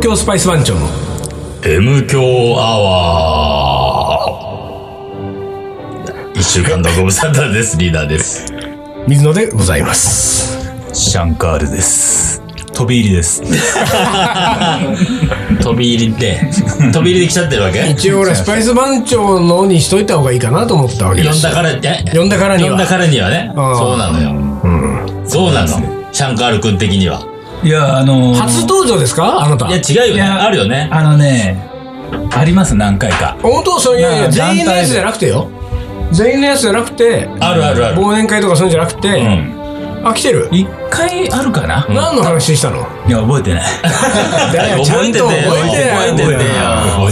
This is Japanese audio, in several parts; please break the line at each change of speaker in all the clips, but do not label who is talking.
京スパイス番長の
M 強アワー一週間のご無沙汰です。リーダーです。
水野でございます。
シャンカールです。飛び入りです。
飛び入りって、飛び入りで来ちゃってるわけ
一応俺スパイス番長のにしといた方がいいかなと思ったわけで
呼ん
す。
だからって
呼んだからには
呼んだからにはね。
ああ
そうなのよ。そうなの。シャンカール君的には。
いや、あのー
初登場ですかあなた。
いや、違うよ
い
ね。
や
あるよね。
あのね、あります、何回か。
本当そういやいや
まあ
全員のやつ
団体で
じゃなくてよ。全員のやつじゃなくて、
あるあるある。
忘年会とかそういうんじゃなく
う
て、
ん。
あ、来てる。
一回あるかな、
何の話したの
いや、覚えてない。
だよちゃ
覚え
ん
て
と
て
覚えてな
よ。
い
覚えててよ。
覚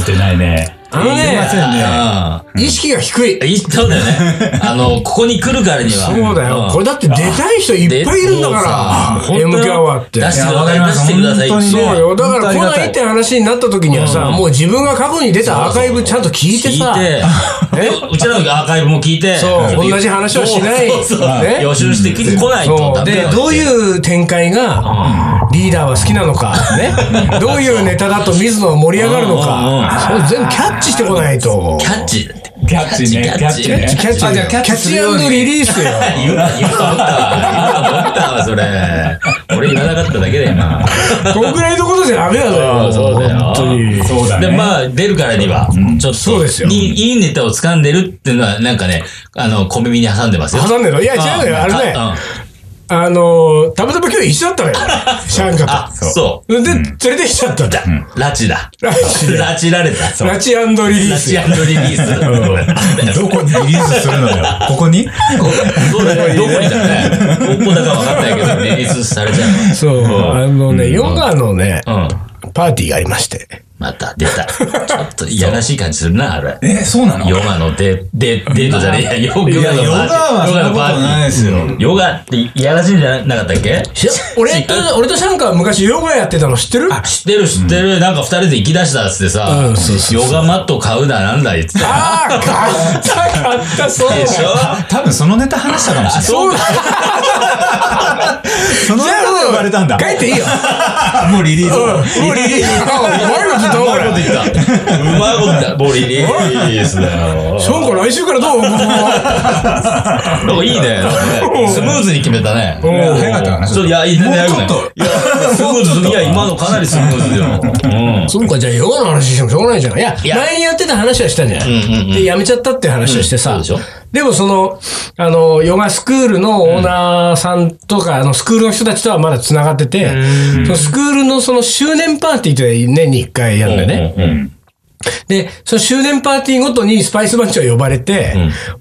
えてないね。
あの
すいません
ね、
ね。
ああ。
意識が低い。
いいそうだよね。あの、ここに来るからには。
そうだよ。これだって出たい人いっぱいいるんだから。
で
M
そうさ
キャワーって。
出してください、
いやわかり
出
ます
してください。
本当にね
そうよ。だから来
本当ありがたい
ないって話になった時にはさ、
うん
もう自分が過去に出たアーカイブちゃんと聞いて
聞い
さ、
て、
え
ううちらのアーカイブも聞いて、
そう同じ話はしない
そうそうそう
ね
予習してきてこないと
そ
ダ
う。
メだ
で
よ、
どういう展開が、リーダーは好きなのか、ね。どういうネタだと水野は盛り上がるのか、そう全部キャッチしてこないと。
キャッチ。
キャッチね、
キ
キ
ャ
ャ
ッ
ッ
チ
チね。
キャッチ
あじゃあ
キャッ
する
チ
ように
リリースよ。
言う言うと思ったわ。言うと思ったわ、それ。俺言わなかっただけだよ、今。
こんぐらいのことじゃダメだ
う
よ。
んそうだよ
本当に。
そうだね。
で、まあ、出るからには、ちょっと、
そうですよ
いい、いいネタを掴んでるっていうのは、なんかね、あの、小耳に挟んでますよ。
挟んでるのいや、違うのよ。あれね、あのー、たまたま今日一緒だったのよ。シャン
あ、
カ
そ
と。で、連れてきちゃったんだ。
う。拉致だ。
拉 致
拉致られた。そう
ラチリリー
ラ
ス
チ
よ。
アンドリリース。
どこにリリースするのよ。こ こに
そうだね。どこにだね。どこだか分かんないけど、リリースされちゃう。
そう、あのね、ヨガのね、
うん。
パーティーがありまして。
また出た。ちょっといやらしい感じするな、あれ。
え、そうなの
ヨガのデ、デ、デートじゃねえや。ヨガの
いや、ヨガは
パーティー
そんなことないですよ。
ヨガっていやらしいんじゃなかったっけ
俺と、俺とシャンカは昔ヨガやってたの知ってる
知ってる知ってる。なんか二人で行き出したっつってさ
うんそう、そう
ヨガマット買うだなんだ言ってた。
ああ、買った、買った、そう
でしょ
多分そのネタ話したかもしれない。
そうだ。
そのネタで生まれたんだ。
帰っていいよ。
あ もうリリース。
もうリリース。あお前らちょっとどうこ
うまいこと
れ。
言った。うまいこと言った。ボリリースだよ。
シャンカ来週から どうもう
なんかいいね。なんかねスムーズに決めたね。
ん
早かったかな
ちょっと、いや、全然早くない。
もうちょっと
いや、スムーズに、いや、今のかなりスムーズよ。うん。
そうか、じゃあヨガの話してもしょうがないじゃん。いや、
や
前にやってた話はしたんじゃない、
うんうんうん
で、やめちゃったって話をしてさ、
うんそうでし
でもその、あの、ヨガスクールのオーナーさんとか、あの、スクールの人たちとはまだ繋がってて、そのスクールのその周年パーティーって年に一回やるんだよね。
うん。
で、その周年パーティーごとにスパイス番長呼ばれて、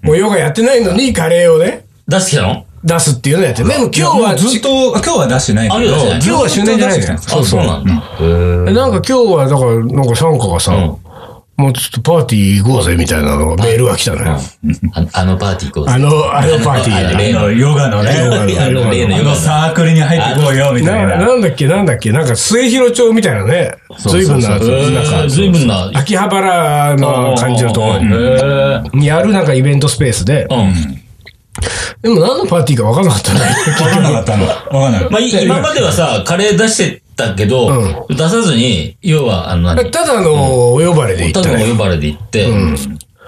もうヨガやってないのにカレーをね、
出してきたの
出すっていうのをやってるでも今日
も
は
うずっと、今日は出してないけ
あるよ
ど、
ね
今日は周年じゃないんだよ
ずっと出してきたんです
あ、そうなんだ。へ
えなんか今日は、だから、なんかシャンカがさ、もうちょっとパーティー行こうぜみたいなのがメールが来たのよ。
ーああのパーティー行こう
あ
ぜ。
の、あのパーティ
あの
ー
例
あのヨガのね、
ヨガの
あの例の
あ
ヨガ
のサークルに入ってこうよ、みたい
な
な。
なんだっけ、なんだっけ、なんか末広町みたいなね、
そう
随
そ
分
う
な、
そう
なんか、
随分な。
秋葉原の感じのところ
うんへー
にあるなんかイベントスペースで、
うん。
でも何のパーティーか分からなかったね。
わかんなかったの。わかんなかった。
まあ、い今まではさ、カレー出してたけど、出さずに、要は、あの何、
ただの、お呼ばれで行
た
った
だの
ね。
呼ばれで行って、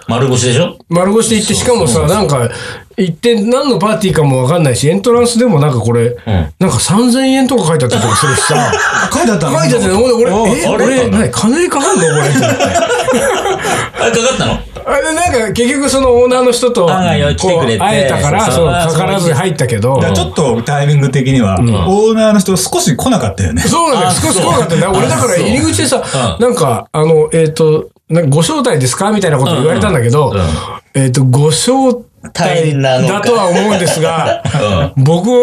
丸腰でしょ
丸腰で行って、しかもさ、なんか、行って何のパーティーかも分かんないし、エントランスでもなんかこれ、なんか3000円とか書いてあったりとかするしさ、
書いてあった
書
の
いてあって、俺、俺、
おう
え、
あれ
俺、何、金かかんのこれって思って。
あれかかったの
あれなんか結局そのオーナーの人とこう
あいや来てくれて
会えたから
そ
そうう
あ
かからずに入ったけど
だからちょっとタイミング的には、オーナーの人少し来なかったよね。
そうなんだ
あ
よ少し
そう
怖かったね俺だから
そう
入り口でさ
う
なんかあのえっとなんかご招待ですかみたいなこと言われたんだけど
うんうんうん
えっとご招
待
待
なのか
だとは思うんですが
うん。
僕を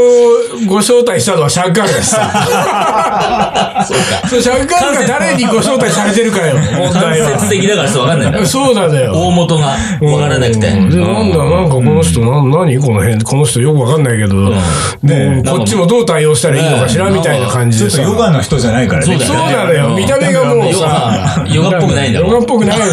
ご招待したのはシャンカール です。
そうか。
そうシャンカールが誰にご招待されてるかよ、問題
間接
は。
的だからちょっとわかんないんだよ。
そうなんだよ。
大元がわからなくて。
うんで、なんだ、なんかこの人、な、何この辺、この人よくわかんないけど、もうこっちもどう対応したらいいのかしら
ね
みたいな感じ
ちょ
で
っと
さ。
ヨガの人じゃないから
そう
ね。
だ
そ
よ
う
ね
なのよ。見た目がもう
ヨ
さ
ガ、ヨガっぽくないんだ
ヨ
ろ
ガっぽくないのよ。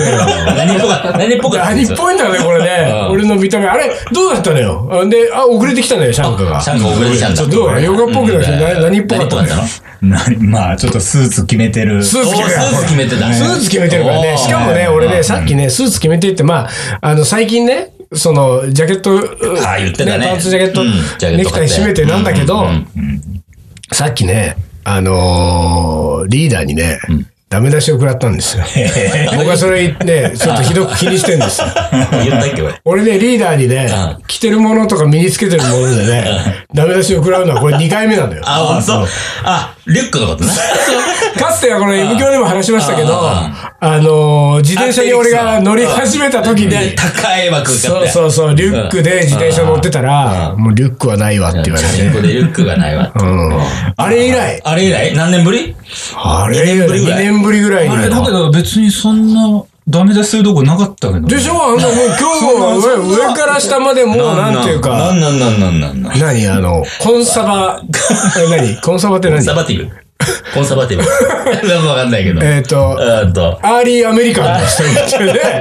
何っぽか、何っぽかったんで
何
す
っ
よ
ぽいんだね、これね
う。ん
俺の見た目。あれれ、どうだったのよ。で、あ、遅れてきたのよ、シャンカが。
シャンカ遅れてきたんだ
ちょっとどうヨガっぽくなくて、な何っぽかったの
何っぽ
よ
かっ
なまあ、ちょっとスーツ決めてる。
スーツ決め
おースーツ決めてたね
スーツ決めてるから
おー
ね。しかもね、俺ね、さっきね、スーツ決めてって、まあ、あの、最近ね、その、ジャケット、
あー言ってたね
パンツジャケット、
うんジャケット買って
ネクタイ締めてなんだけど、
うんうん
さっきね、あのーリーダーにね、ダメ出しを食らったんです よ。僕はそれね、ちょっとひどく気にしてんですよ。
言ったっけ、俺。
俺ね、リーダーにね
う、
着てるものとか身につけてるものでね、ダメ出しを食らうのはこれ2回目なんだよ。
あ、ほんとあ、リュック のことね。
かつてはこれ、無教でも話しましたけど、あのー、自転車に俺が乗り始めた時
で
に、
高い枠買っ
そう
て。
そうそう、リュックで自転車乗ってたら、もうリュックはないわって言われ
チャリンコ
て。
でリュックがないわ。
うんあれ以来、
あれ以来何年ぶり
あれ以来、
二年ぶり
2
ぐらい
年ぶりぐらい
あれ、だけ
に。
ど別にそんなダメ出しするとこなかったけどね。
でしょあんなもう今日は上上から下までもうなんていう
な
か、
んなんなんなんなんなん。
何あの、コンサバ、え何コンサバって
コン
何
サバティブ。コンサ バティブ。なんかわかんないけど。
えっと、
うんと。
アーリーアメリカンの人みたい なね。え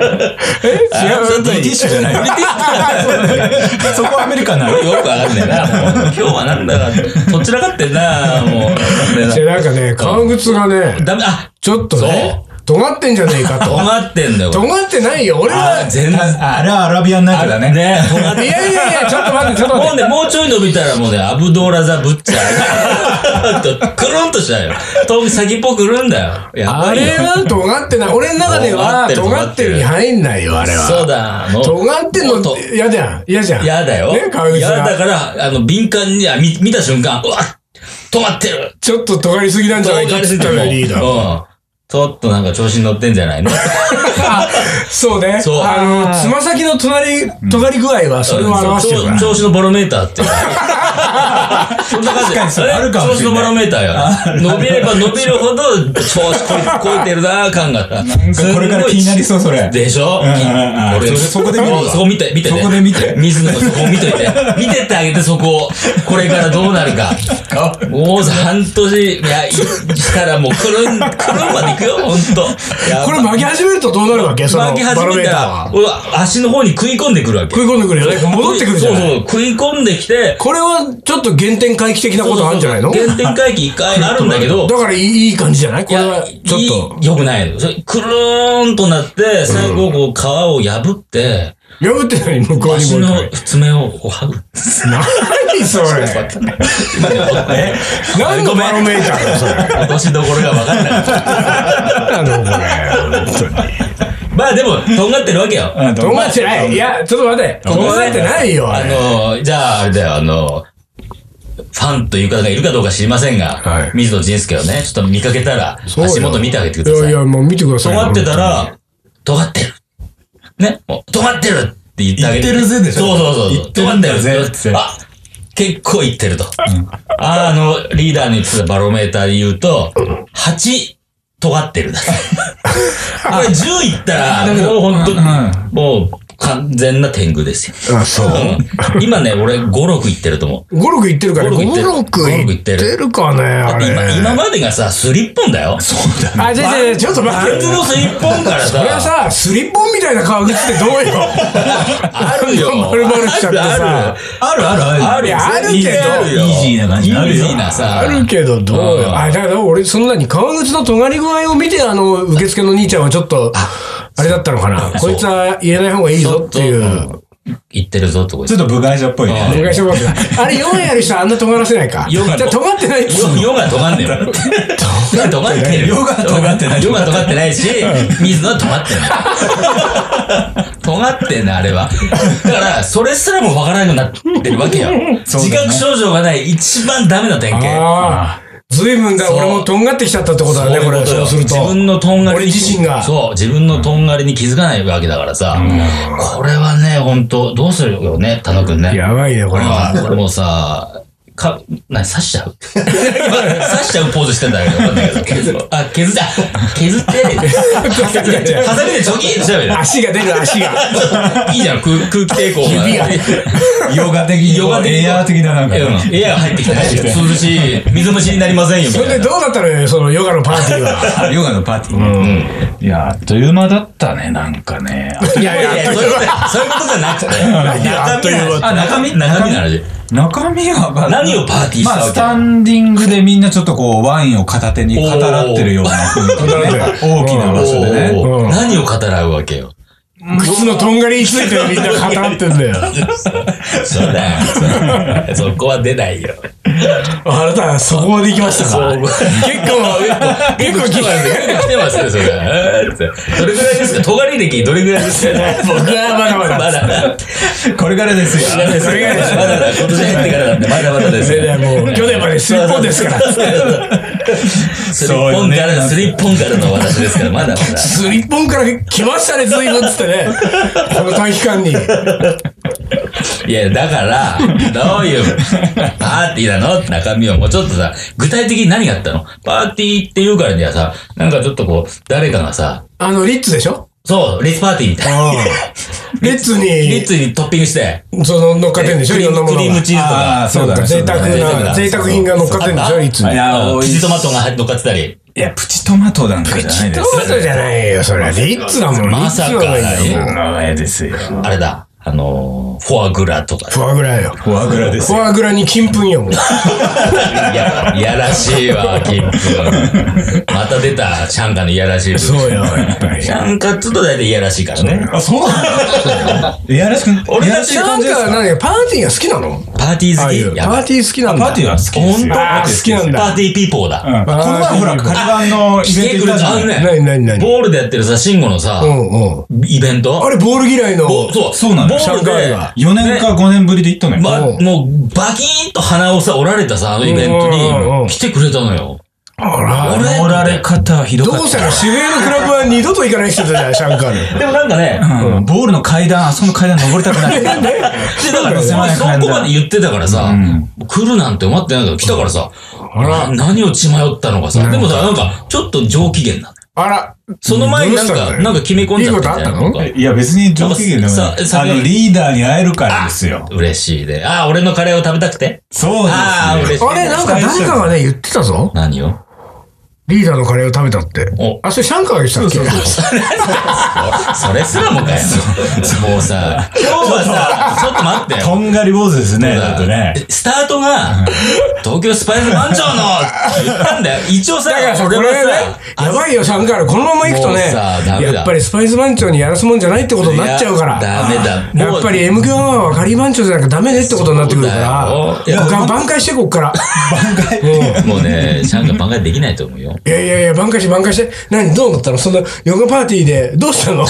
違う
ブリティッシュじゃないブリティッシュ
そこはアメリカになる。
よくわかんねえな、もう。今日はなんだか、どちらかってんな、もう。わかんねえな
でなんかね、革靴がね、
ダメ、あ、
ちょっとね、尖ってんじゃねえかと。
尖ってんだよ、これ。
尖ってないよ、俺は。
全然。
ああれはアラビアンナイトだね。
ね尖っ
いや
て
いやいや、ちょっと待って、ちょっと待
も
っ
う
て。
ね、もうちょい伸びたらもうね、アブドーラザ・ブッチャー。 とくるんとしちゃうよ。遠く先っぽくるんだよ。や
あ
ばいよ
れは尖ってない。俺の中では
尖ってる
尖ってるに入んないよ、あれは。
そうだ、もう。
尖ってん
も
の
と
嫌じゃん。嫌じゃん。
やだよ。
ね、革靴
やだ
が。
から、あの、敏感に、あ見見た瞬間、うわ止まってる
ちょっと尖りすぎなんじゃないかって言ったのよ、リーダー。
うん。ちょっとなんか調子に乗ってんじゃ ないの
そうね。
そう
あの、つま先の隣、尖り具合はそれを表してるから
調。調子のバロメーターって。そんな感じ。
確かにそれ
あれ
あるかもし
調
れない
子のバロメーターや。伸びれば伸びるほど、調子こい超えてるなー感が。なん
これから気になりそう、それ。
でしょ
うんうんうん
俺
そこで見るわ
そこ見て、見てね。
そこで見て
水野がそこ見といて。見てってあげて、そこを。これからどうなるか。もう半年、いや、いしたらもう、くるん、くるんまで行くよ、ほんと。
これ巻き始めるとどうなるわけその
巻き始
バロ
め
メー
た
ター
ら
は、。
うわ足の方に食い込んでくるわけ。
食い込んでくるよね。戻ってくるじゃ
そう
な
そ、
いう
食い込んできて、
これはちょっと原点回帰的なことあるんじゃないの
そうそうそう原点回帰一回あるんだけど、
だからいいいい感じじゃないこ
い
れ
や
はちょっと。
いいよくないの。それくるーんとなって、最後こう皮を破って、
破ってない向こうに
足
もう
の
一回。
爪をこう剥ぐ。
何それ。何のバロメーターだよそ れ。
落としどころが分かんない。
何なのこれ。本当に
まあでも、とんがってるわけよ。
うん
止まってない。いや、ちょっと待って。
こ
止
こ
ま
ね
ってないよ。あ
あ
れ
の、じゃあ、あれだよ、あの、ファンという方がいるかどうか知りませんが、
はい
水野仁介をね、ちょっと見かけたら、
そうよ
足元見てあげてください。
いやいや、もう見てくださいよ。
尖ってたら、尖ってる。ねもう尖ってるって言ってあげて。
言ってるぜでしょ
そうそうそうそう。
言ってるんだぜ
尖ってるあ、結構言ってると。ああの、リーダーに言ってたバロメーターで言うと、8、尖って るだ。これ10いったら、もう本当
うん
もう完全な天狗ですよ。
ら。あ、そう。
うん今ね、俺5、6いってると思う。
ゴルフ行ってるから、
ゴ
ゴ
ルフ行ってる
ルフ行ってるかね、あれ。
今、今までがさ、スリッポンだよ。そうだ。
あ、じゃじゃちょっと
バ
待っ
ン
て
ズ。のスリッポンから
それは
さ、
さ、スリッポンみたいな革靴ってどうよ。
あるよ。
丸々しちゃって
あるあ
さ
る。
あるあるあ
あ
る
る
い
よ
やあるけど
全然あるよ
イージーな感じになるよ
イージーなさ。
あるけど、どう
うん
よ。あ、だから俺、そんなに革靴の尖り具合を見て、あの、受付の兄ちゃんはちょっと、あれだったのかな。こいつは言えない方がいいぞっていう。
言ってるぞとこ
ちょっと部外者っぽい
うん
お
ね。
願いします。あれ、4やる人はあんな尖らせないか。じ
ヨ
ゃ
ガ
あ、尖ってないっつうの
ヨヨガ尖んねえよ。尖ってるよ。
ヨガ尖ってない
ヨガ尖ってないし、水野は尖ってない。尖ってんな、あれは。だから、それすらもわからなくなってるわけよ。
そうだね
自覚症状がない、一番ダメな典型。
ああ。ずいぶんだ、
そう
俺もとんがってきちゃったってことだね、これ。そうすると。
自分のとんがり
俺自身が
そう、自分のとんがりに気づかないわけだからさ。これはね、本当どうするよね、田野くんね。
やばいね、これは。
これもさ、か、な、刺しちゃう 今刺しちゃうポーズしてんだけど、わかんないけど。あ、削った。削 って、ハサミでチョキンってしゃべる。
足が出る足が。
いいじゃん、空空気抵抗が。
指が
ヨガ的に。
ヨガ的に
エアー的ななんかね。
うんエアが入ってきてない涼しい。水虫になりませんよ、み
それ
た
で
いな。
どうだったのよ、そのヨガのパーティーは。
あヨガのパーティーね。いや、あっという間だったね、なんかね。
いやいや、
いや、そういうことそういうことじゃなくて。
やあっという間だった
あ、中身中身の話。
中身は、まあ
何をパーティーしたわけ
まあ、スタンディングでみんなちょっとこう、ワインを片手に語らってるような雰囲気でね。大きな場所でね。
おー何を語らうわけよ。
靴のとんがりについてみんな語らってんだよ。
そうだよ。そこは出ないよ。
あなた、そこまで行きましたか
そう
結構、結構
来
来
てますね。来てますね、それ。えーってどれぐらいですか尖り歴どれぐらいですか
僕はまだま
まだま
だ。
だ。
これからです
ま
よ。
だですまだだ。今年入ってからなんで、まだまだです
全
よ。
然もう、去年までスリッポンですから。
スリッポンから、スリッポンからの私ですから、まだまだ。
スリッポンから来ましたね、随分っつってね。この短期間に。
いや、だから、どういうパーティーなの中身をもうちょっとさ、具体的に何があったのパーティーって言うからにはさ、なんかちょっとこう、誰かがさ、
あの、リッツでしょ
そう、レッツパーティーみたいな。
リッツ
リッ
に、
ツにトッピングして、
その、乗っかってんでしょ
クリ
いろんなも
ク
の
リームチーズと
あ
か
あ、、そうだね。
贅沢
贅沢
な、
だ
贅沢品が乗っかってんでし
そう
ょ
そう
リッツに
い。や
あ
美
の、
味
キ
し
ジトマトが乗っかってたり。
いや、プチトマトなんかじゃないです。
トマトじゃないよ、それは。リッツだもん、リッ
ま
ツ
さ
の
か
方がいいよ。
あれですよ。
あれだ、あのー、フォアグラとか。
フォアグラよ。
フォアグラです
フ
よ。
ォアグラに金粉よ、もう。
いや、いやらしいわ、キンプ。また出た、シャンカのいやらしい部分。
そうよ、やっぱり。
シャンカっつうと大体いやらしいからね。
あ、そうなのいやらしく、
俺
いやらしい
な
感
ん
じです
か、
か
何パーティーが好きなの
パーティー
あ
好
あいう
き
パ
やばい
ーティー好きなんだ。
パーティーは好きですよ。
本
あー好きなん
当パ
だ。
ーティーピーポー
うん
だ。
この前ほら、カリバンのイベント行ったじゃ
あの
ん。
ね
何何何
ボールでやってるさ、シンゴのさ
う、んうん。
イベント
あれ、ボール嫌いの。
ボそう、
そうなの
ボール
シャンカイ
で、
が
4年か5年ぶりで行ったのよ。
ま、もう、バキーンと鼻をさ、折られたさ、あのイベント
うんうんうん
に来てくれたのよ。
あら。
俺
おられ方はひど
ど
かっ
うせ
た
の。渋谷のクラブは二度と行かない人だじゃん、シャンカール。
でもなんかね、
うんボールの階段、あそこの階段登りたくない。
で、だ から、
狭い
そ
階段
こまで言ってたからさ、来るなんて思ってないけど、来たからさ、
ら
な何を血迷ったのかさ、でもさ、なんか、ちょっと上機嫌なの。
あら。
その前になん
どうした
か、
の
なんか決め込んじゃったみた
いい
いな
ことあ
の
った
が。
いや、別に上機嫌でも
さ
ない
さ
あの、リーダーに会えるからですよ。
嬉しいで。ああ、俺のカレーを食べたくて。
そう
ああ、
です
嬉
ね。
しい
あれ、
ね。
なんか誰かがね、言ってたぞ。
何を
リーダーのカレーを食べたって
お。
あ、それシャンカーが言ってたっけ
それすらもかよ。もうさ、今日はさ、ちょっと待ってよ。
とんがり坊主ですね、だってね。
スタートが、東京スパイス番長のって言ったんだよ。一応さ、
だからさ、これ
俺
ね
はさ、、
やばいよ、シャンカール。このまま行くとね
もうさダメ、だ
やっぱりスパイス番長にやらすもんじゃないってことになっちゃうから。
いやダメだもう
やっぱり M 響アワーはカリー番長じゃなきゃダメねってことになってくるか
そう
ら
だよいや
ここから、挽回して、こっから。
もうね、シャンが挽回できないと思うよ。
いやいやいや、挽回して挽回して。何どうなったのそんな、ヨガパーティーで、どうしたの
ヨ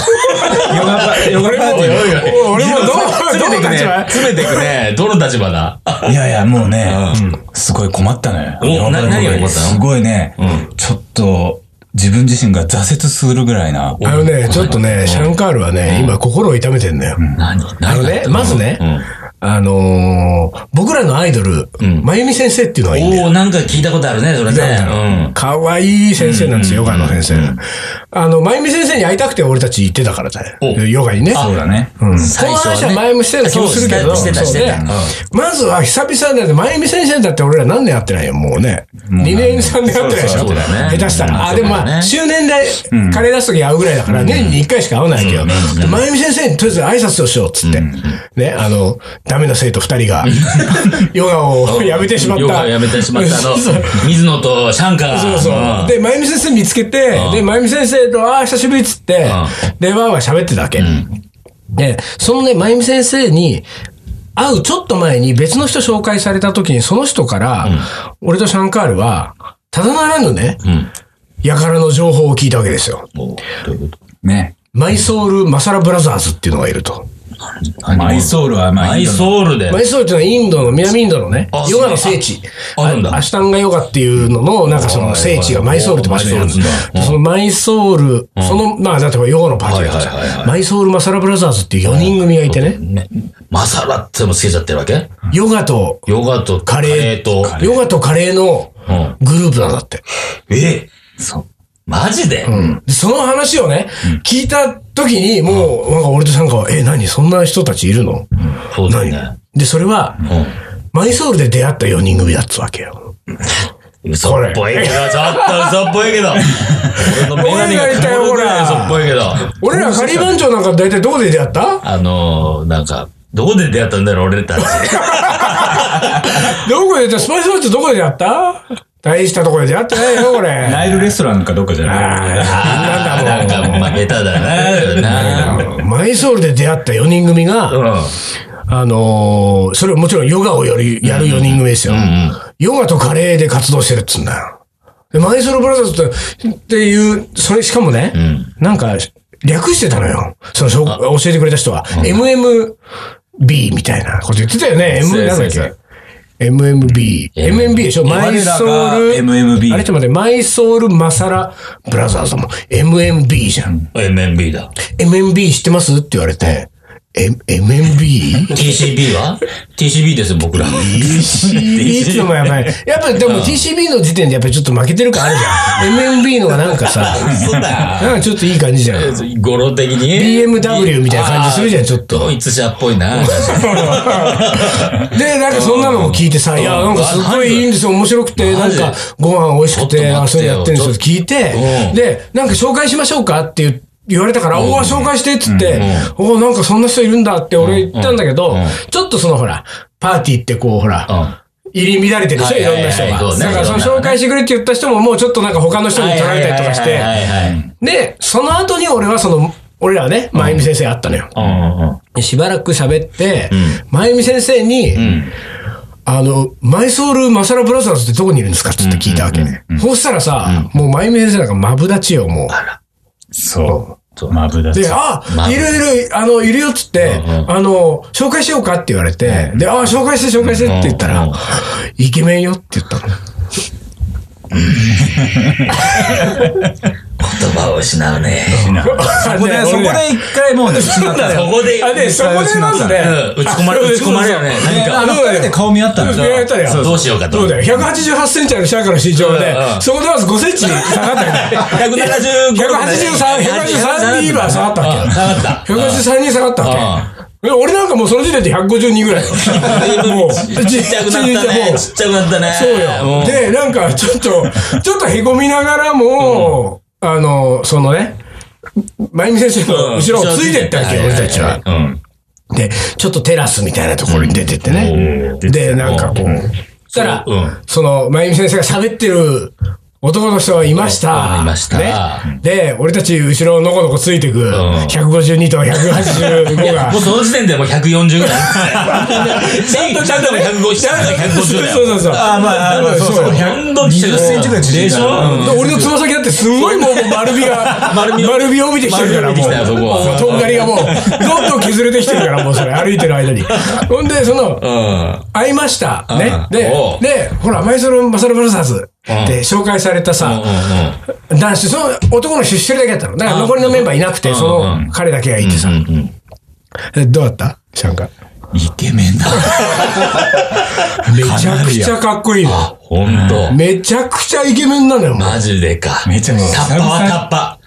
ガパヨガパ ーティー
俺も、俺もどう、
詰め
ど
て
う
く
立場
ね。詰めてくね。どの立場だ
いやいや、もうね、うんすごい困ったのよ。
お
ヨガパーティー
な何が困ったの
すごいね、ちょっと、自分自身が挫折するぐらいな。
あのね、ちょっとね、シャンカールはね、今心を痛めてんだよ。
何
あ
何
のね、まずね、あのー、僕らのアイドル、まゆみ先生っていうのがいいんだよ。
おおなんか聞いたことあるね、それね。
かわいい先生なんですよ、ヨガの先生。あの、まゆみ先生に会いたくて俺たち行ってたからだよ。
お
ヨガにね。
そうだね。
うんこ
最
の
初はね
話は前もしてた気もするけど、
そうしてたしてた
そうね
し
まずは久々だって、まゆみ先生だって俺ら何年会ってないよ、もうね。2年、3年会ってないでしょ。
そうそうそうだね
下手した
うん
ら。あ、でも
そうだ
まあ、
ね
周年でカレー出す時会うぐらいだから、年に1回しか会わないけど、でまゆみ先生にとりあえず挨拶をしようっつって、ね、あの、ダメな生徒2人が、ヨガをやめてしまった。
ヨガをやめてしまったあの
そう、
水野とシャンカー。
そうそう。で、まゆみ先生見つけて、で、まゆみ先生と、ああ、久しぶりっつって、で、わーわー喋ってたわけ。で、そのね、まゆみ先生に、会うちょっと前に別の人紹介された時に、その人から、俺とシャンカールは、ただならぬね、
ん
やからの情報を聞いたわけですよ。
うんおどういうこ
ね。
マイソウルマサラブラザーズっていうのがいると。
と何
マイソウルはまあ
マイソウルで。
マイソールってのはインドの、南インドのね
あ、
ヨガの聖地。
ああるんだ
アシュタンガヨガっていうのの、なんかその聖地がマイソールって場所にあるん
マイソールってんだうん
そのマイソール、その、まあ、だってヨガのパーティー
はいはいはいは
が
い
マイソールマサラブラザーズっていう4人組がいてね、
ねマサラってもつけちゃってるわけ
ヨガと、
ヨガと
カ
カ
レ
レ
ー
ーと。
ヨガとカレーの
うん
グループなんだって。
えそう。マジで
でその話をね、聞いた時に、もう、なんか俺とさんかは、え、何そんな人たちいるの
そうだ
何
ね。
で、それは、
う
マイソールで出会った4人組だっつわけよ。
ん。嘘っぽいけど、ちょっと嘘っぽい けど。俺のメガネがかぶるぐらい嘘っぽいけど。
俺ら仮番長なんか大体どこで出会った
あのー、なんか、どこで出会ったんだろう、俺たち。
どこで出会ったスパイスマッチどこで出会った大したとこで出会ってないよ、これ。
ナ
あ
イルレストランかどっかじゃ
あ
ない
ー、な
なんん
だ
か、
もう
まあ、下手 だな。な
マイソールで出会った4人組が、
うん。
あのーそれはもちろんヨガをやるやる4人組ですよ、ヨガとカレーで活動してるっつうんだよ。で、マイソールブラザーズってっていう、それしかもね、
ん
なんか、略してたのよ。そのしょ、教えてくれた人は。MMB みたいなこと言ってたよね。M、
そ
な
う
んだっ
そう
け
そ
?MMB。MMB でしょマイ
我ら
ソ
が
ール。
MMB
あれちょっと待って、マイソールマサラブラザーズだもん。MMB じゃん。
MMB だ。
MMB 知ってますって言われて、え、MMB?
TCB は ?TCB ですよ、僕ら。
TCB ってのもやばい。やっぱりでも TCB の時点でやっぱりちょっと負けてる感あるじゃん。MMB のがなんかさ、
嘘
なん
だ。
かちょっといい感じじゃん。
語呂的に。
BMW みたいな感じするじゃん
あー
ちょっと
ドイツ車っぽいな。
で、なんかそんなのも聞いてさ、いや、なんかすごいいいんですよ、面白くて、な
マ
ん
ジ
かご飯美味しくて、
ちょっと
あ、
待
そ
っ
れ
てよ
やってるんですよって聞いて
う、ん
で、なんか紹介しましょうかって言う言われたから、おお、紹介してっつって、おお、なんかそんな人いるんだって俺言ったんだけど
うんうん、
ちょっとそのほら、パーティーってこう、ほら、入り乱れてるでしょ、
はい
い
は
ろ
い
んな人
はいそ
が。
うね
だからその
いろんなね
紹介してくれって言った人ももうちょっとなんか他の人に取られたりとかし
はいは
て。
いはいはい
で、その後に俺はその、俺らはね、まゆみ先生会ったのよ。
うんうん
でしばらく喋って、まゆみ先生に、
うん。
あの、マイソールマサラブラザーズってどこにいるんですかつって聞いたわけね。そうしたらさ、もうまゆみ先生なんかマブダチよ、もう。
そう。マブダチ
で、。あ、いるいる、あの、いるよっつって、
うんうん
あの、紹介しようかって言われて、で、あ、紹介して紹介してって言ったら、
うんうん
イケメンよって言ったの。
言葉を失うね。
そ
そこで、そこで一回もうね、失った
そこで、
あ、で、そこでまずね
うん、打ち込まれ、打ち込まれよね。何
あ
か。
あの二人で顔見合ったん
そうだよやったよ
どうしようかと。
そうだよ。188センチあるシャーカの身長で
うんう、ん
そこでまず5センチ下がったよね。
175
183 183人は下がったわけ
うん下がった。
153人下がったわけ。で俺なんかもうその時点で152ぐらい。もう、
ちっちゃくなったね。ちっちゃくなったね。
そうよ。
で、
で、なんか、ちょっと、ちょっとへこみながらも、あの、そのね、まゆみ先生の後ろをついてったわけよ、俺たちは。
うん。
で、ちょっとテラスみたいなところに出てってね。で、なんかこう、そしたら、
うん
その、まゆみ先生が喋ってる男の人がいました。
うんいました
ね。で、俺たち後ろのこのこついてく、152と185が
もう。その時点でもう140ぐらい。 ちゃんと、ちゃんともう150、ちゃんと
そう
150だよ。
そうそう。
あーまああーまあそうそう
そう
100
20センチぐらい縮
で
ん
し
だ
ょ
な
で俺のつま先だってすごいもうもう丸みが、
丸みを
丸みを帯びてきてるから、
丸みを帯びてきたよそこは
もう、とんがりがもう、どんどん削れてきてるから、もうそれ、歩いてる間に。ほんで、その、
うん。
会いました。ね。
うん
で
お、う
で、ほら、マイソロ・マサル・ブラザーズ
うん
で紹介された
うんう
さ、
ん
男子、その男の人一人だけだったの。だから残りのメンバーいなくて、その彼だけがいてさ。
うんうん。
えどうだったシャンが。
イケメンだ。
めちゃくちゃかっこいいの。
ほんと。
めちゃくちゃイケメンなのよ、もう
マジでか。
めちゃくちゃ
タッパはタッパ。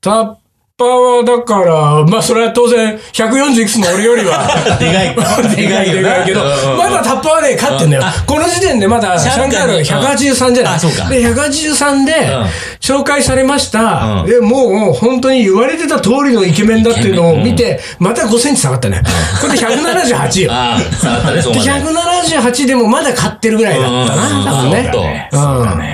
タッパは、だから、まあ、それは当然、140いくつの俺よりは。
で かい。
でかいで
よな
かいけど、
うんうん
まだタッパはね、勝ってんだよ
うんあ。
この時点でまだ、シ
シャ
ャン
ン
カ
カ
ー
ー
ル
ル
183じゃない。
あそうか
で、183で、紹介されました。
うん
で、もう、本当に言われてた通りのイケメンだっていうのを見て、また5センチ下がったね。これで178よ。
ああ、下がったね、そこ
で
まで。
178でもまだ勝ってるぐらいだったな、多分
うんうんうん
ね。
そうだ
うん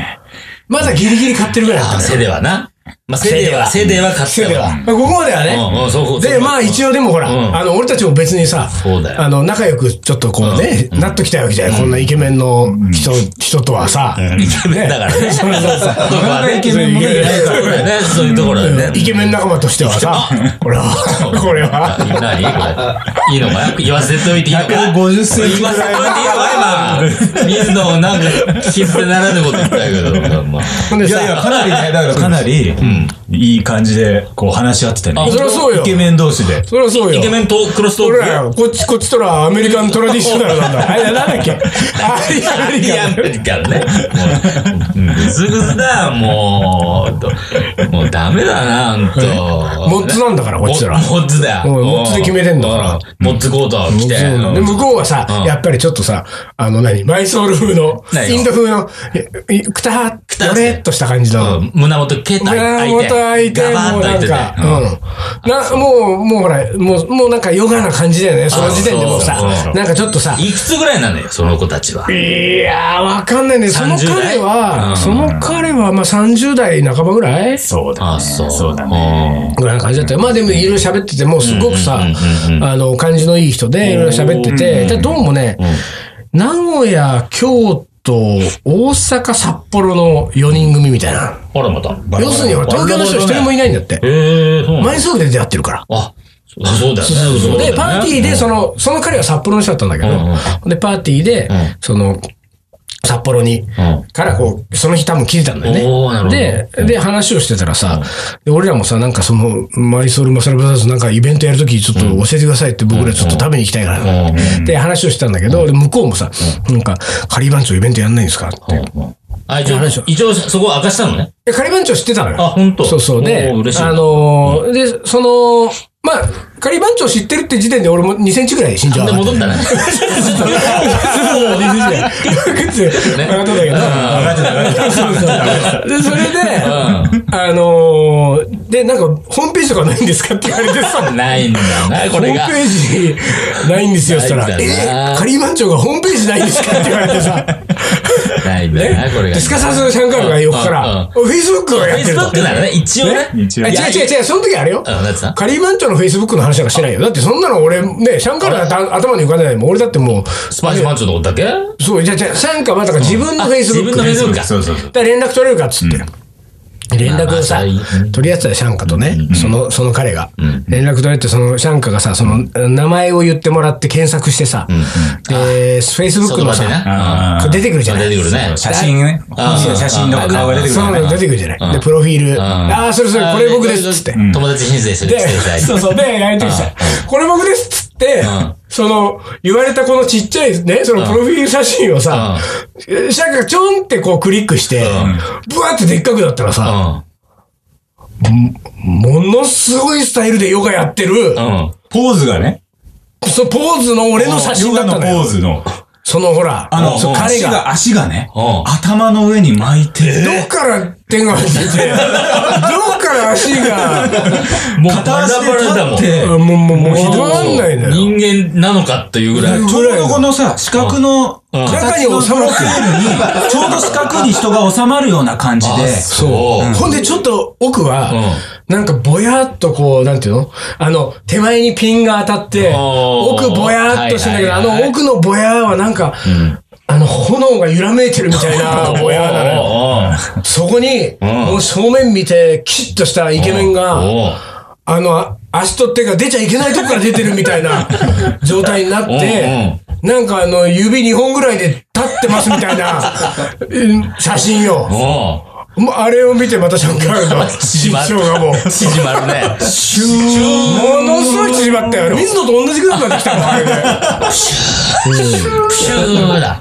まだギリギリ勝ってるぐらいだったね。
汗ではな。まあ、セデは、セデは勝ったわ。
ここまでは
うんうんそうそう
ね。
そう
で、まあ一応でもほら、
うん
あの、俺たちも別にさ
そうだ、よ
あの、仲良くちょっとこうね、なっときたいわけじゃない。こんなイケメンの人、人とはさ。
イケメンだからね。そうそうそう。
なかなかイケメンもねいないから
そうだよね、そういうところだよね。
イケメン仲間としては さ、これは、これは。
何これ。いいのかな言わせといていいのかな
150センチ
言わせといていいのかな今。水野をなんか、傷でならぬこと言ったけど、まあ。
ほんで
い
さ
やいや、かなりね、だからかなり、いい感じで、こう話し合ってた
あ
ね。
そりゃそうよ
イケメン同士で。
そりゃそうよ。
イケメンとクロストー
俺
ク
らよ、こっち、こっちとらアメリカントラディショナルなん だ。あれ、なんだっけあれ、アメリ
や
カン
めるからね。もう、ぐずぐずだ、もうと。もうダメだな、ほんと。
モッツなんだからこっちだろ
モッツだよ。
おいモッツで決めてんだから
うん。モッツコート着て。
で、向こうはさ、
うん
やっぱりちょっとさ、あの何、マイソール風の、
何よ
インド風の、いいくた、く
た
たれっとした感じ
う
の。
ん胸元ケータ開いて。
胸元開いて、
ガバ
もう
ーッと開
ないん
て
か
て。、
うん。な、もう、もうほら、もう、もうなんかヨガな感じだよね。その時点でもうさ
そうそうそう、
なんかちょっとさ、
いくつぐらいなのよ、その子たちは。
いやー、わかんないね。その
30
彼
代
は、
うん
その彼は、まあ30代半ばぐらい
そうだね。
あそう
だね。
ぐらいの感じだったよ。まあでもいろいろ喋ってて、もうすごくさ
うんうんうんう、ん
あの、感じのいい人でいろいろ喋ってて、で、どうもね、名古屋、京都、大阪、札幌の4人組みたいな。
ほら、また。
バラバラ
要するにほら東京の人一人もいないんだって。
ええ、そうなの
マイソールで出会ってるから。
あ、そうそうだよね。そうだよ
で、
ね
パーティーで、その、その彼は札幌の人だったんだけ
うん
ど、で、パーティーで
ん、
その、札幌に、
うん
からこう、その日多分聞いたんだ
おーな
よ
るほど
ね。で、で、話をしてたらさ、で俺らもさ、なんかその、マイソールマサルブラザーズなんかイベントやるときちょっと教えてくださいって僕らちょっと食べに行きたいから
う。
で、話をしてたんだけど、で向こうもさ、なんか、カリー番長イベントやんないんですかって。
あ、一応、一応そこは明かしたのね。
で、仮番長知ってたのよ。
あ本当
そうそう。で、あ
おー
の
嬉しい
ー、で、その、まあ、仮番長知ってるって時点で俺も2センチぐらい身長上
で、
がって
戻 ったね。
る。靴上がってたんだけど。そうそうで、それで、あのー、で、なんか、ホームページとかないんですかって言われてさ、
ないんだよな、 こ
ホー
れ
ムペ
が。
ージないんですよ、そしたら。
ないんだな
えカリー番長がホームページないんですかって言われてさ。
ないんだよな、これが。
で、すかさずシャンカールが横から、フェイスブックを
フ
や
ェイ
って
ス
る
ブ
と
ッ。クならね、一応ね。
ね、
一応
あ違う違う違う、その時あれよ。
うん、なんつった
カリーマンチョのフェイスブックの話なんかしてないよ。だってそんなの俺、ね、シャンカールだって頭に浮かんでないもん。俺だってもう、
スパイスマンチョのことだけ
そう、じゃあじゃあシャンカーはだから自分のフェイスブ
自
ック。
分のフェイスブックか。
そうそうそう。
だから連絡取れるかっつって。連絡をさ
まあまあそう、
取り合ってたよシャンカとね、その、その彼が。連絡取れて、そのシャンカがさ、その、名前を言ってもらって検索してさ、で、フェイスブックの
その場で
さ、
ね
あー
出てくるじゃない
出てくるね。
写真ね。
あー
本人の写真の顔が出てくる
そうなの出てくるじゃない。で、プロフィール、ああ、それそれ、これ僕ですっつって。
友達申請する。
で、そうそう、で、やりとりした。これ僕ですっつって
ん、
その、言われたこのちっちゃいね、そのプロフィール写真をさ、シャンカがちょんってこうクリックして、ブワーってでっかくなったらさ、ものすごいスタイルでヨガやってる、
うん。うん。
ポーズがね。
そのポーズの俺の写真だった
ヨ
の
ガの
よ
ポー。ズの。
そのほら、
あの、
そう彼
足
が、
が、足がね
うん、
頭の上に巻い
ど
て、
っから手が出て、どっから足が、
もう
片足で
バラバラだもん
立って、
もう、もう、もう、ひどわんないのよ。
人間なのかというぐらい。
うん
ちょうどこのさ、四角の
ん
中
形
に
の
収
プ
ま
ロ
る
フィ ールに、ちょうど四角に人が収まるような感じで、
そううん
ほんで、ちょっと奥は、
う
なんかぼやっとこう、なんていうのあの、手前にピンが当たって、
おー
奥ぼやっとしてんだけど、
は
あ
いはいはい
の奥のぼやはなんか、あの、炎が揺らめいてるみたい なぼやなのよ。そこに、
ん
もう正面見て、きちっとしたイケメンが、あの、あ足と手が出ちゃいけないとこから出てるみたい な状態になって、なんかあの、指2本ぐらいで立ってますみたい なうん写真よ。もうあれを見てまたシャンカール の身
縮ま
長がもう、も
る。縮まるね。シュ
のすごい縮まったよ。水野と同じぐらいまで来 たの、あれで。
ーシューだ。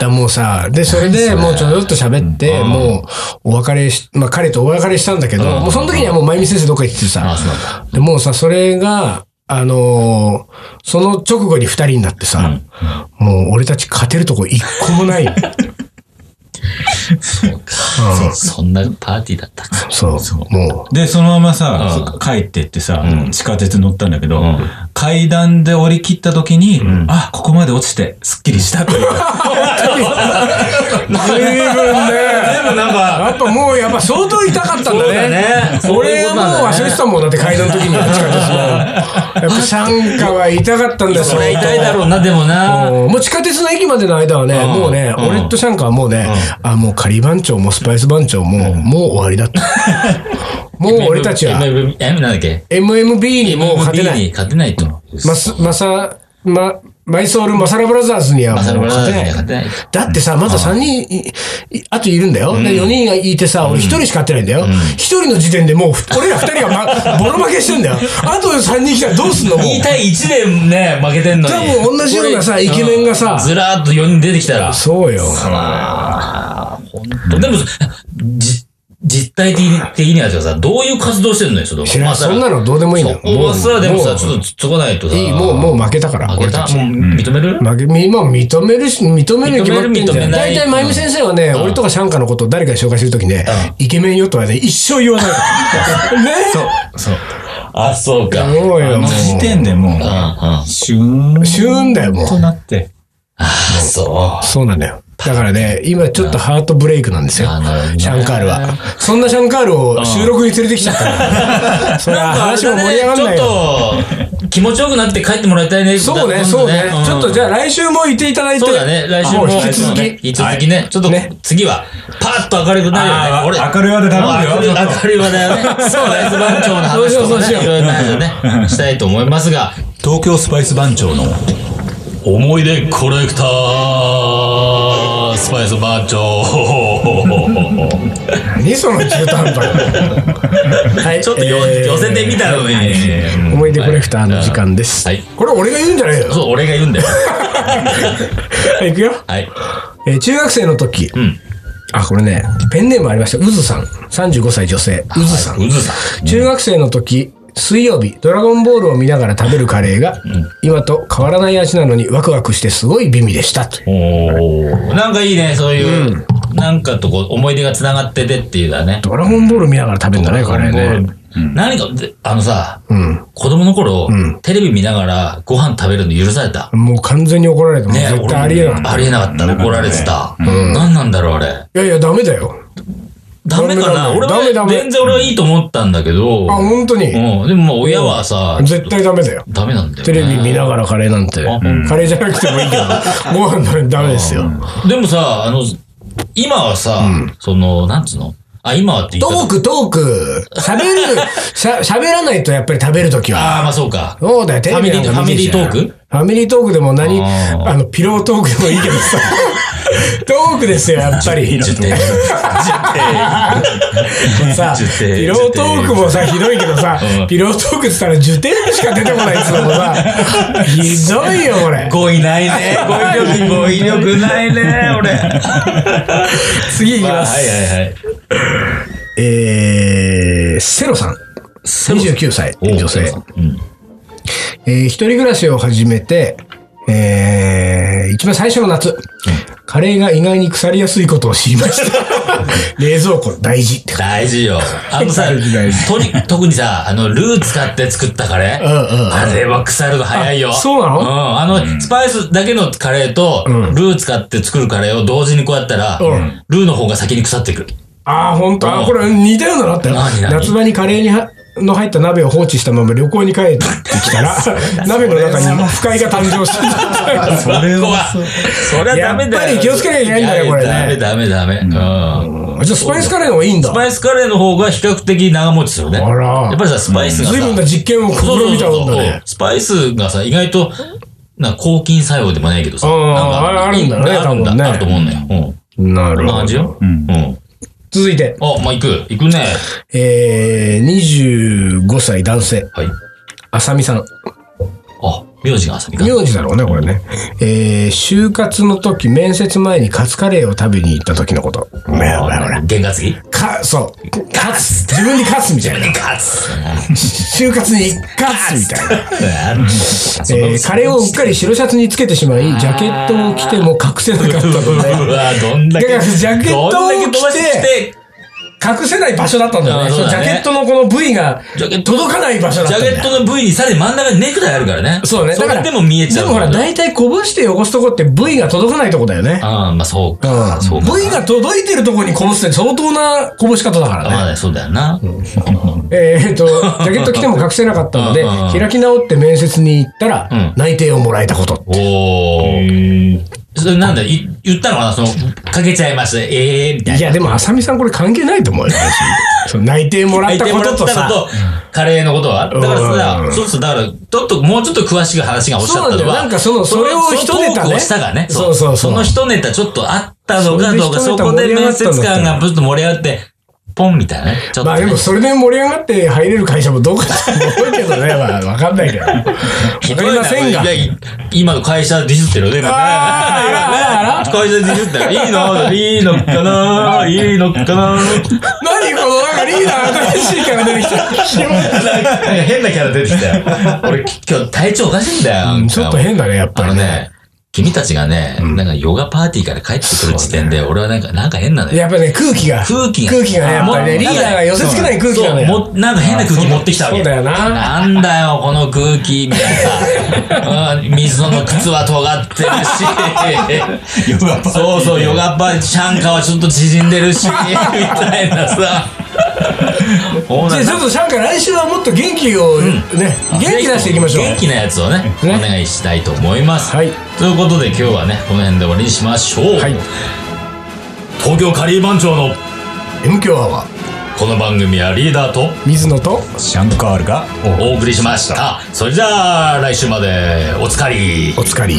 だもうさ、で、それでもうちょっと喋って、もうお別れし、まあ彼とお別れしたんだけど、もうその時にはもうまゆみ先生どっか行っててさ
あそうな、
でもうさ、それが、あのーその直後に二人 になってさ、もう俺たち勝てるとこ一個もない。
そうか。そんなパーティーだったか。
そう。 も
で、そのままさ
う、
帰ってってさ
う、ん
地下鉄乗ったんだけど
うん、
階段で降り切った時に、あ、ここまで落ちて、すっきりしたという。
う、随分ね。
でもなんか、
やっぱもう、やっぱ相当痛かったん
そう
だね。
だね。
俺はもう忘れてたもん、だって階段の時には近くですもん。やっぱシャンカは痛かったんだよ、
それ痛いだろうな、でもな。
もうもう地下鉄の駅までの間はね、
ん
もうね、
うん
俺とシャンカはもうね、あ、もう仮番長もスパイス番長も、もう終わりだった。もう俺たちは
MMB え、なんだっけ
MMB にもう勝てな
MMB
い。
に勝てないと。
マス、マサ、マ、マイソール、マサラブラザーズにはも
マサル
う
ブラザー
勝
ズ
て
に
な
は勝
い。
てない。
だってさ、まだ3人い、いあといるんだよ。で4人がいてさ、俺1人しか勝ってないんだよ。1人の時点でもう、俺ら2人 がまボロ負けしてんだよ。あと3人来たらどうすんのもう
2対1でね、負けてんのに。
多分同じようなさ
これ
イケメンがさ
うんずらーっと4人出てきたら。
そうよ。
ああ、ほんと。でも、じ、実態的にはさ、どういう活動してんのよ、その。
知らんそんなのどうでもいいの
そこは
も
さ、
う
でも
も
さ、
う
ちょっとつっつこないとさ。
いい、もう、もう負けたから、
負け
俺
た
た
もう
ち。
認める
負け、今認めるし、認めるに決まってん
認
じ
め
ゃ
る認め
ん。
ない
大体、まゆみ先生はね、
ん
俺とかシャンカのことを誰かに紹介するときね、
う
イケメンよとはね、一生言わない から。 ね
そう、そう。
あ、 そうか。
そうよ、
あ
もう。
の時点でも
うんうん
う、
あ、
シューン。
旬だよ、もう。
となって。
そ
そうなんだよ。だからね、今ちょっとハートブレイクなんですよ
あなるほど。ね。
シャンカールは。そんなシャンカールを収録に連れてきちゃったから。そう れは話も盛り上がんない
ち
よ。
ょっと、気持ちよくなって帰ってもらいたいね。
そうね、そうね。ちょっとじ
ゃ
ゃあ来週もいていただいて。
そうだね、来週
も
も
う引き続き。
引き続きね。ちょっと
ね
次は、パッと明るくなるよ
あ
ね。
ー
俺、
明るい話で
もう
頼
明
む
るい
よ。
明るい話だよね。そうだね、番長の話と
そうしようそう
か
し
ね、
よう
いろいろな話をね、したいと思いますが、
東京スパイス番長の
思い出コレクター、スパイス番長。
何その中途半 端なはい
ちょっとよ
えー
寄せてみたのに。
思い出コレクターの時間です。
はい
これ俺が言うんじゃ ないよ。
そう、俺が言うんだよ。
はい、いくよ。
はい。
えー中学生の時。
ん
あ、これね、ペンネームありました。うずさん。35歳女性。うずさん。
うずさ。
中学生の時、水曜日、ドラゴンボールを見ながら食べるカレーが、今と変わらない味なのにワクワクしてすごい美味でした。というん
おなんかいいね、そういう、なんかとこう思い出が繋がっててっていうのはね。
ドラゴンボール見ながら食べるんだね、カレーね。
何か、であのさ、
うん。
子供の頃、テレビ見ながらご飯食べるの許された。
もう完全に怒られて、もう
ね
絶対ありえなかっ
俺ありえなかった。怒られてた。何なんだろう、あれ。
た。いやいや、ダメだよ。
ダメかな
ダメ
俺
ダメダ
は、
メ
全然俺はいいと思ったんだけど
あ、、本当に。
うん。でもまあ親はさ、
絶対ダメだよ。
ダメなんだよね。
テレビ見ながらカレーなんて
あ、
カレーじゃなくても いいけど、ご飯なんてダメですよ。
でもさ、あの、今はさ、その、なんつうのあ、今はって言
ト
った
ーク、トーク、 喋る、しゃ、喋らないとやっぱり食べるときは。
ああ、まあそうか。
そうだよ、テレビなんか見てきたら
ファミリートーク
ファミリートークでも何、
あー
あの、ピロートークでもいいけど さ、トークですよ、やっぱり。
10点。
さ、
10点
ピロートークもさ、ひどいけどさ
うん、
ピロートークって言ったら受点しか出てこないっつうのもさ、ひどいよ、これ。
語彙ない ね。語彙力、語彙力ないね、俺。
次いき
まあ
ま
はい
す。
はいはい。
えー、セロさん。29歳、女性。
うん。
えー一人暮らしを始めて、えー一番最初の夏、カレーが意外に腐りやすいことを知りま した。冷蔵庫大事って。
大事よ。あのさ、
大事大事
とに、特にさ、あの、ルー使って作ったカレー。
うんうんうん
あれは腐るの早いよ。
あそうなの
うん。あの、スパイスだけのカレーと、
うん
ルー使って作るカレーを同時にこうやったら、
うん
ルーの方が先に腐っていくる。
ああ、ほんと、
う
あ
ん
ーこれ似たようなのあったよ
何。何
夏場にカレーにはの入った鍋を放置したまま旅行に帰ってきた ら、鍋の中に不快が誕生して
それ
ここ
は
は、それはダメだよ。
やっぱり気をつけなきゃいけないんだねこれね
ダメダメダメ。うん。
た。じゃあスパイスカレーの方がいいんだ
ス。パイスカレーの方が比較的長持ちするね。
あら
やっぱりさ、スパイスがさ。
随分な実験を試
そうそう
みた
そ
も
うん
だね。
スパイスがさ、意外と、なんか抗菌作用でもないけどさ。
うん
なんか
あるんだね
あるん
多分ね
だ。あると思うんだよ。うん。
な
こん
る
な感じよ。うん。
続いて、
あ、まあ、行く。行くね。
えー、25歳男性、
はい。
あさみさん。
あ、名字が浅見か。
名字だろうね、これね。えー、就活の時、面接前にカツカレーを食べに行った時のこと。ほらほらほら。
原価継ぎ
か、そう。カツ自分にカツみたいな。
勝つ
就活にカツみたいな。えー、カレーをうっかり白シャツにつけてしまい、ジャケットを着ても隠せなかったので、
うわ、どんだけ。
だからジャケットを着て
どんだけ飛ばして、
隠せない場所だったんだよ
あ
ね。
ー
そ
そう
のジ
だ
ャ
ね
ケットのこの部位が
ジャケット
届かない場所だったん
ジャ
だ
ケ
よ
ットの部位にさらに真ん中にネクタイあるからね。
そうね。だ
そ
から、
れでも見えちゃう。
でもほら、大体こぼして汚すとこって部位が届かないとこだよね。。
ああ、まあそうか。そううんか。
部位が届いてるとこにこぼすって相当なこぼし方だからね。
まあそうだよな。
えーっと、ジャケット着ても隠せなかったので、
うんうんうん
開き直って面接に行ったら、
うん
内定をもらえたこと。
おー。それなんだ、い言ったのかなその、かけちゃいます。ええみたいな。
いや、でも、浅見さんこれ関係ないと 思うよ。私そう内定もらったこととさ。
と、カレーのことは。だからさ、そうそう、だから、ちょっと、もうちょっと詳しく話がおっしゃった
そうなん
の
だよ
は、
なんかそのそれを一ネタね
そのトークをしたがね。
そうそうそう
その一ネタちょっとあったのかどうか、
それで一ネ
そ
タ
こで面接
盛り上がった
官
んだ
がぶっと盛り上がって、ポンみたいなね。ちょっと
まあ
ね
でもそれで盛り上がって入れる会社もどうかと思うけど ね、まあわかんないけど。わか
ひ
り
どいな
ませんが
い。やい今の会社ディスってるよね、今ね。
あーあらあら
会社ディスってる。いいのいいのかないいのか
何
な
このなんかリーダー新しいから出てき た。
なんか変なキャラ出てきたよ。俺、今日体調おかしいんだよ。なんか
ちょっと変だね、やっぱ
あ
り
の
ね。
ね、君たちがね、なんかヨガパーティーから帰ってくる時点で、俺はなんか、なんか変なのよ。
やっぱね、空気が。
空気が。
空気がね、やっぱりね、
も
リ
う
ーダーが寄せ付けない空気なの
そう
よ。
もうなんか変な空気持ってきたわけ。
そうだよな。
なんだよ、この空気、みたい なさ。うん水野の靴は尖ってるし。
ヨガパーティー
そうそう、ヨガパーティー、シャンカはちょっと縮んでるし、みたいなさ。ほ
じゃあちょっとシャンカ来週はもっと元気をね、元気出していきましょう。
元気なやつをね、お
ね
願いしたいと思います。
はい
ということで今日はね、この辺で終わりにしましょう。
はい
東京カリー番長の
M 強アワー、
この番組はリーダーと
水野と、
シャンカールが、
お送りしました。それじゃあ、来週までおつかり。
お疲れ。